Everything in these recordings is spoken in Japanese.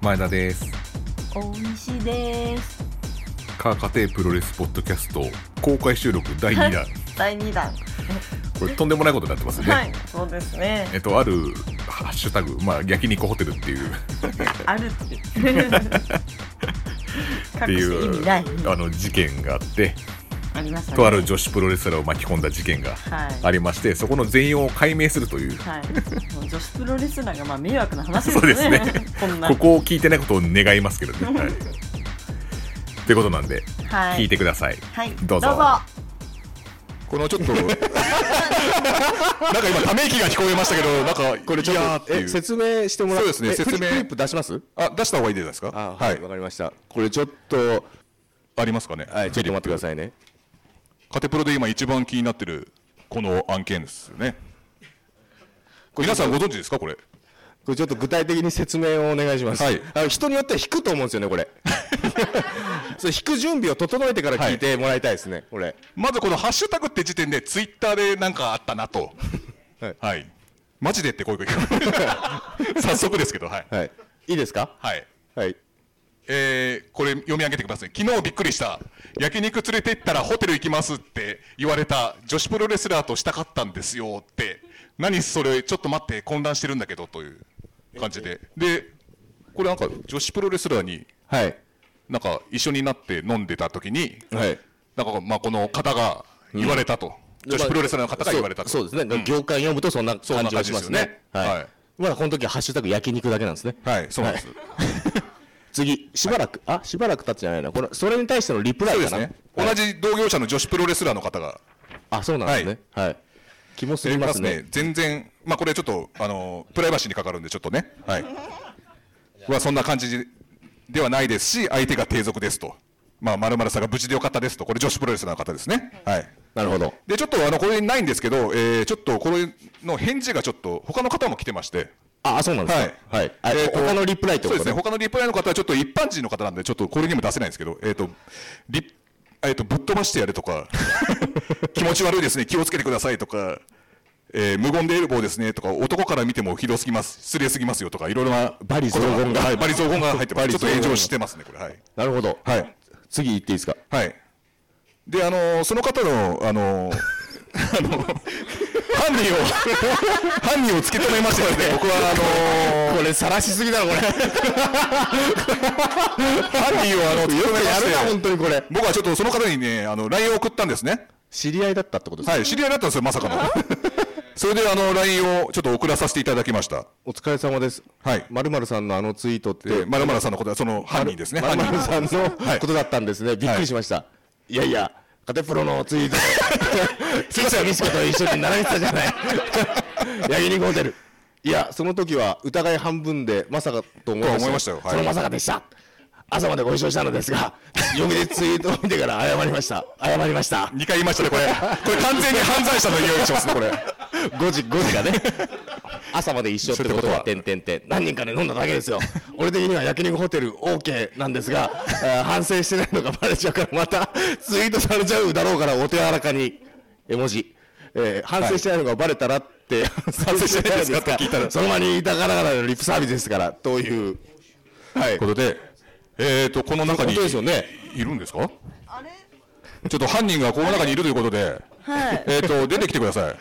前田です大西ですカーカテープロレスポッドキャスト公開収録第2弾第二弾これとんでもないことになってますね、はいそうですねえっとあるハッシュタグまあ焼肉ホテルっていうあるっていうっ隠ていす意う味ないあの事件があってありましたねと ある女子プロレスラーを巻き込んだ事件がはいありましてそこの全容を解明する というはい、もう女子プロレスラーがまあ迷惑な話ですね。そうですねこんなここを聞いてないことを願いますけどね。 はい、ということなんで、はい、聞いてください。はい、どうぞこのちょっと、なんか今、ため息が聞こえましたけど、なんか、これちょっと、え説明してもらそうですねえ説明フリフリップ出しますあ出した方がいいですかあははいいわかりましたこれちょっとありますかねはいちょっと待ってくだいさいねカテプロで今一番気になってるこの案件ですよね皆さんご存知ですかこれこれちょっと具体的に説明をお願いします、はいあの人によっては引くと思うんですよねこ れそう引く準備を整えてから聞いてもらいたいですね、これまずこのハッシュタグって時点でツイッターでなんかあったなとはいマジでって声が聞こえる早速ですけどはいはいいいですかはいはいえーこれ読み上げてください昨日びっくりした焼肉連れて行ったらホテル行きますって言われた女子プロレスラーとしたかったんですよって何それちょっと待って混乱してるんだけどという感じででこれなんか女子プロレスラーにはいなんか一緒になって飲んでた時に、はいなんかまあこの方が言われたと、女子プロレスラーの方が言われたと、そうそうですね、業界読むとそんなそんな感じ感がじしでますよすねねはい、はいまだこの時はハッシュタグ焼肉だけなんですねはいそうなんです、は次しばらく、あしばらく経つじゃないなこれそれに対してのリプラそイうかですなね、は同いじ同業者の女子プロレスラーの方があそうなんですねはい、気もすえりーますねまず全然、まあ、これちょっと、あのープライバシーにかかるんで、ちょっとね、 はい、まあそんな感じではないですし、相手が低俗ですと、まあ、丸々さんが無事でよかったですと、これ、女子プロレスラーの方ですね。はいなるほどでちょっとあのこれにないんですけど、えーちょっとこれの返事がちょっと他の方も来てまして、ああそうなんですかはい、あえーと他のリプライってこそとうですね他のリプライの方はちょっと一般人の方なんでちょっとこれにも出せないんですけどえっ、とリえー、とぶっ飛ばしてやるとか 気持ち悪いですね気をつけてくださいとか、えー無言でエルボーですねとか男から見てもひどすぎます失礼すぎますよとかいろいろなバリ雑言がはいバリ雑言が入ってまバすリちょっと雑言が炎上してますねこれはいなるほどはい次行っていいですかはいであのーその方のあのー あの ー犯人を犯人を突き止めましてですね僕はあのーこれ晒しすぎだろこれ犯人をあの突き止めまやしるてな本当にこれ僕はちょっとその方にね、あの LINE を送ったんですね。知り合いだったってことですか、はい、知り合いだったんですよ、まさかの。 それであの LINE をちょっと送らさせていただきました。お疲れ様ですはいまるまるさんのあのツイートってで、まるまるさんのことはその犯人ですね。ま犯るまる人。さんのことだったんですね、びっくりしました、い、やいやカテプロのツ イートすいません西子と一緒に並べてたじゃない 焼肉ホテルいやその時は疑い半分でまさかと思いましたと思いましたよはいそのまさかでした朝までご一緒したのです が翌日ツイートを見てから謝りました謝りました二回言いましたね、これ。これ完全に犯罪者の匂いがしますね、これ。 5時5時がね朝まで一緒ってことは点点点何人かで飲んだだけですよ俺的には焼肉ホテル OK なんです があー反省してないのがバレちゃうからまたツイートされちゃうだろうからお手柔らかに絵文字、えー反省してないのがバレたらって、反省してないですかって聞いたらその場にいたからからのリップサービスですからというはいということで、えっと、この中本に当ですよねいるんですかあれちょっと犯人がこの中にいるということで、はい。えっと、出てきてくだ さい。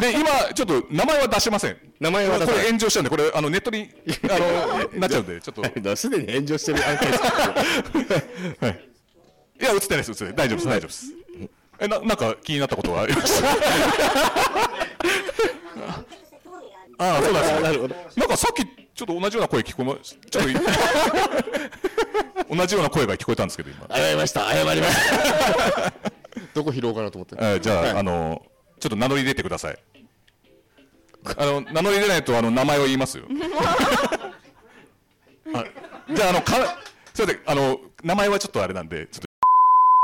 で、今、ちょっと名前は出しません。名前は出こさなれい炎上しちゃうんで、これ、あの、ネットに、あの、なっちゃうんで、ちょっと。 すでに炎上してる案件ですいや、映ってないです、映ってない。大丈夫です、大丈夫です。え、な、なんか気になったことはありました。 ああ、そうなんですね。 なるほどなんかさっき、ちょっと同じような声聞こえま、ちょっと、 同じような声が聞こえたんですけど、今。謝りました謝りました どこ拾おうかなと思ってえーじゃあ、あの、ちょっと名乗り出てください。あの、名乗り出ないと、あの、名前を言い ますよ。あじゃあ、あの、か、すいません、あの、名前はちょっとあれなんで、ちょっと、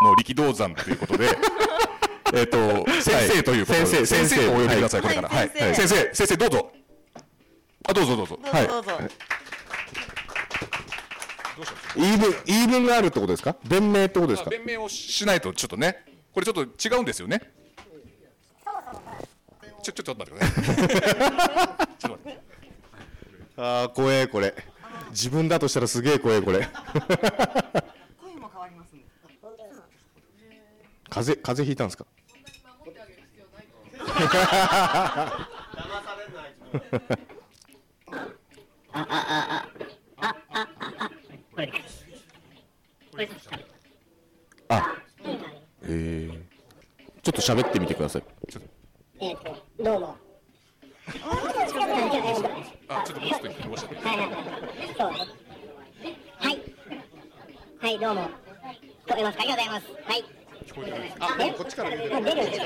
の力道山ということで、 えっと、先生ということで、先生先生とお呼びください、こはれいから。はい。はい先生、先生、どうぞ。あ、どうぞどうぞ。どうぞどうぞ。言い分言い分があるってことですか弁明ってことですか弁明をしないと、ちょっとね、これちょっと違うんですよね。ちょ、ちょ、ちょっと待ってください。ちょっと待って。あー怖えこれ自分だとしたらすげえ怖えこ声れも変わりますね。風邪風邪ひいたんですかあえー、ちょっと喋ってみてくださいえっと、どうも。あちょっともうちょっと言ってましたねそうはい。はい、どうも。聞こえますかありがとうございます。はい。あでもこっちから出てるもう出るんですよ。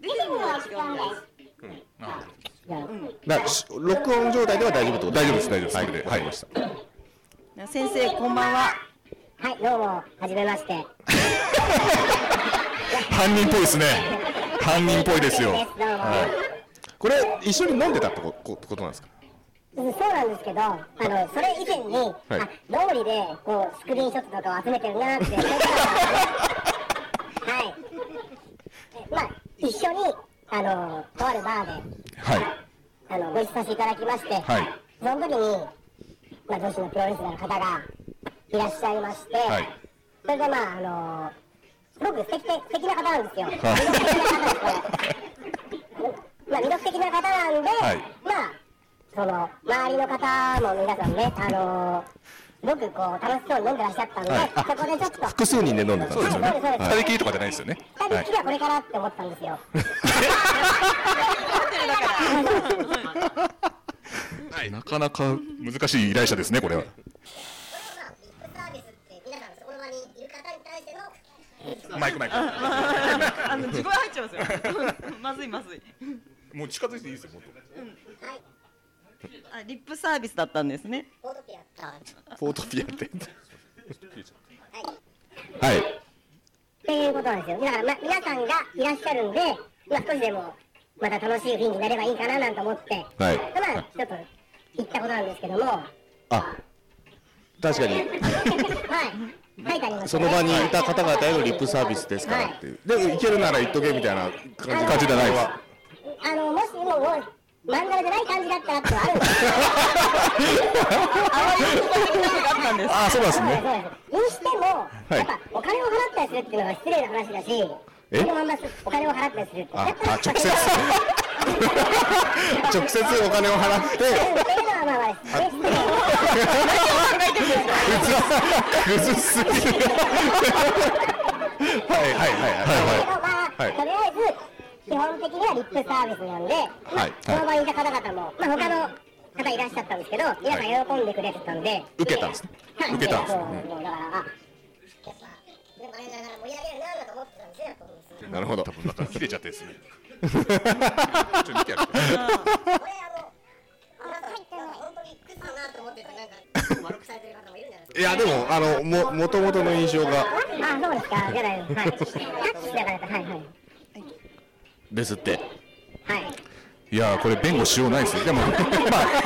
出てもらう時間です。なし録音状態では大丈夫ってこと大丈夫です大丈夫ですはいそれでわかりました先生こんばんははい、どうも。はじめまして。は犯人っぽいですね犯人っぽいですよどうも。これ一緒に飲んでたってここことなんですかうんそうなんですけど、あの、それ以前に、あ、脳裏で、こう、スクリーンショットとかを集めてる なーって。はい。まあ、一緒に、あの、とあるバーで、はいあの、ご一緒させていただきまして、はいその時に、まあ、女子のプロレスラーの方がいらっしゃいまして、はいそれでまあ、あのすごく素敵で素敵な方なんですよ。魅力的な方ですこれ。まあ、魅力的な方なんで、はいまあ、その、周りの方も皆さんね、あのすごくこう、楽しそうに飲んでらっしゃったんで、はいあそこでちょっと、複数人で飲んでたんですよねそうですそうです二人きりとかじゃないですよね二人きりはこれからって思ったんで すよ。なかなか難しい依頼者ですねこれはサービスって皆さんその場にいる方に対してのマイクマイクあの地声入っちゃいますよ まずいまずいもう近づいていいですよもっとあリップサービスだったんですねボードピアフォートピ アってはいっていうことなんですよ。だから、ま、皆さんがいらっしゃるんで、まあ、少しでも、また楽しい雰囲気になればいいかななんて思って、はいまあ、ちょっと、行ったことなんですけど も、はあ確かにい、書いてありますそよのね場にいた方々へのリップサービスですからっていう、でも行けるなら行っとけみたいな感じ感じじゃないであの、もしも、もう、漫画じゃない感じだったらってあるんですよ。あ そう いうことがあったんですああそうなんですねそうですにしても、いやっぱ、お金を払ったりするっていうのが失礼な話だし、えそのまんますお金を払ったりするって。ああ直接 っ直接お金を払ってていうのは、まあまあ、失礼。ぐずすぎるはいはいけどはまあ、はいとりあえず基本的にはリップサービスなんで、まはいあ、その場にいた方々も、まあ、他の方いらっしゃったんですけど、皆さん喜んでくれてたんで、受けたんですねはい受けたんですねそうだから、あでもあれだから盛り上げるなぁと思ってたんですよ、いはいなるほどなんか切れちゃっ てですねちょっと見てやるこれあの、あなた入ってない、本当にクズだなと思ってた、なんか、悪くされてる方もいるんじゃないですか。いやでもあのももともとの印象があ、そうですか、じゃないです。はい。タッチしながらやった、はいはい。ですってはい。いやーこれ弁護しようないですよでも まあ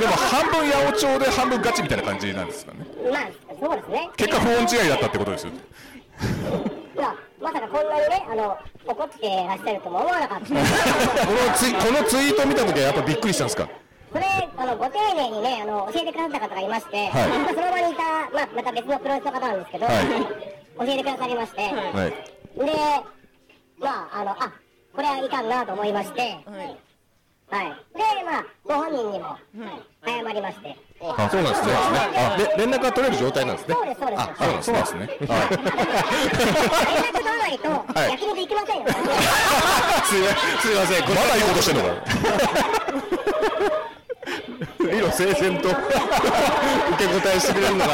でも半分八百長で半分ガチみたいな感じなんですかねまあ、そうですね。結果不穏違いだったってことですよいや、まさかこんなにね、あの、怒ってらっしゃるとも思わなかった。そ れ、このツイこのツイート見た時はやっぱびっくりしたんですかあの、ご丁寧にね、あの、教えてくださった方がいまして、はいまあその場にいた、まあ、また別のプロレスの方なんですけど、はい教えてくださりまして、はいで、まあ、あの、あ、これはいかんなと思いまして、はい。はいで、まあ、ご本人にも、謝りまして、あそうなんですねあで連絡が取れる状態なんですねそうです、そうです。あそうなんですねそうなんですねあ連絡取らないと、い焼肉行きませんよ。すいませんすいませんこれまだ言おうとしてんのか 理路整然と受け答えしてくれるのが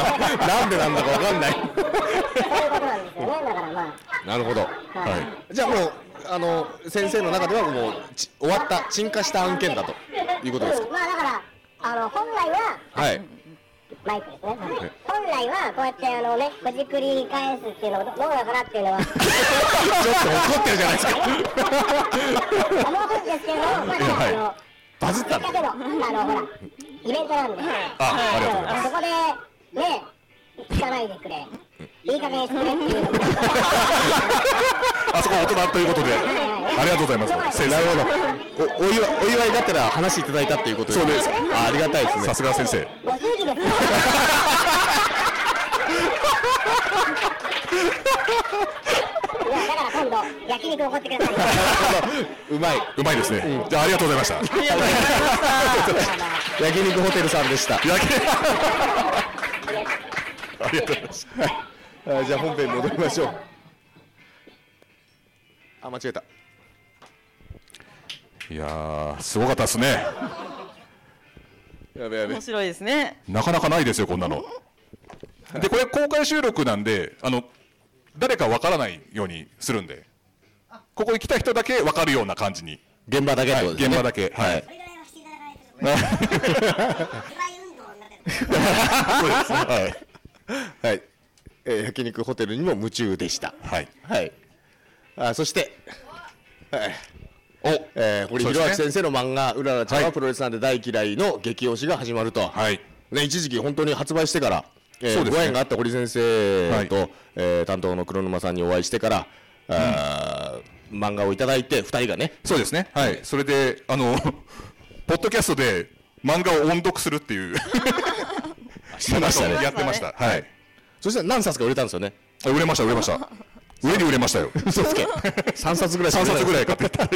なんでなんだかわかんないそういうことなんですよね、だからまあ。なるほど、はい、じゃあもうあの先生の中ではもうち終わった鎮火した案件だということですかうんまあだからあの本来ははいマイクですね、本来はこうやってあのねこじくり返すっていうのもどどうなのかなっていう のはちょっと怒ってるじゃないですか思うんですけどまあ、はいあのバズっせたっのかくのあのほらイベントなんで、あありがとうございまそこでね聞かないでくれいい加減にしてくれっていうのもすあそこは大人ということで、ありがとうございます。先なる生。ほどおお祝いお祝いだったら話いただいたっていうことそうですあありがたいですねさすが先生。ご祝儀ですね。いやだから今度焼肉おごってくださ い。うまいうまいですね。じゃあ、ありがとうございました。 焼肉ホテルさんでしたやけありがとうございます。あじゃあ本編戻りましょうあ間違えたいやー、すごかったですね。やべやべ面白いですね。なかなかないですよ、こんなの。で、これ公開収録なんで、あの、誰かわからないようにするんで。ここに来た人だけわかるような感じに。現場だけってことですね、現場だけ。はい。それぐらいはしていただ かないとちょっ と。巨大運動になってる。そうです。はい。はい、えー焼肉ホテルにも夢中でしたはい。はいあそして、はいお、えー、堀弘明そうで先生の漫画「うららちゃんははいプロレスなんで大嫌い」の激推しが始まると、はい。ね、一時期本当に発売してから、えーそうですねご縁があった堀先生と、はいえー担当の黒沼さんにお会いしてから、あー漫画をいただいて2人がねそうですね。はい。それで、あの、ポッドキャストで漫画を音読するっていうしてましたねやってました。はい。そしたら何冊か売れたんですよねあ売れました、売れま した。上に売れましたよ。嘘 つけ3冊ぐらいし3か売れな冊ぐらい買ってた。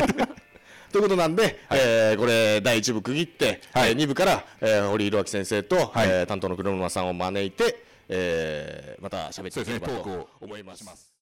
ということなんで、えーこれ第1部区切って、はいえ2部から、えー堀弘明先生と、はいえー担当の黒沼さんを招いて、えーまた喋っていそうけでれすね、ばトークとを思います。ます。